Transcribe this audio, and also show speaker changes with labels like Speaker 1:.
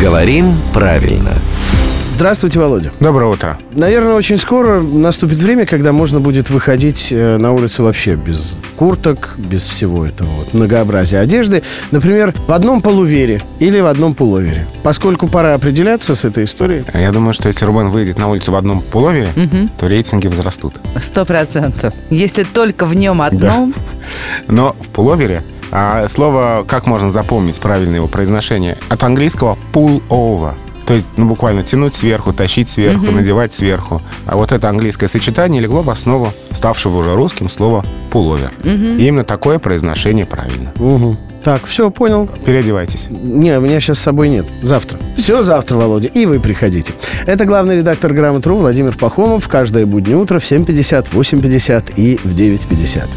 Speaker 1: Говорим правильно.
Speaker 2: Здравствуйте, Володя.
Speaker 3: Доброе утро.
Speaker 2: Наверное, очень скоро наступит время, когда можно будет выходить э, на улицу вообще без курток, без всего этого вот многообразия одежды. Например, в одном полувере или в одном пуловере. Поскольку пора определяться с этой историей.
Speaker 3: Я думаю, что если Рубен выйдет на улицу в одном пуловере, то рейтинги возрастут.
Speaker 4: Сто процентов. Если только в нем одном,
Speaker 3: Но в пуловере а, слово, как можно запомнить правильное его произношение, от английского pull over. То есть, ну, буквально тянуть сверху, тащить сверху, надевать сверху. А вот это английское сочетание легло в основу ставшего уже русским слова пуловер. И именно такое произношение правильно.
Speaker 2: Угу. Так, все, понял.
Speaker 3: Переодевайтесь.
Speaker 2: Не, меня сейчас с собой нет. Завтра. Все завтра, Володя, и вы приходите. Это главный редактор «Грамотру» Владимир Пахомов. Каждое буднее утро в 7.50, 8.50 и в 9.50.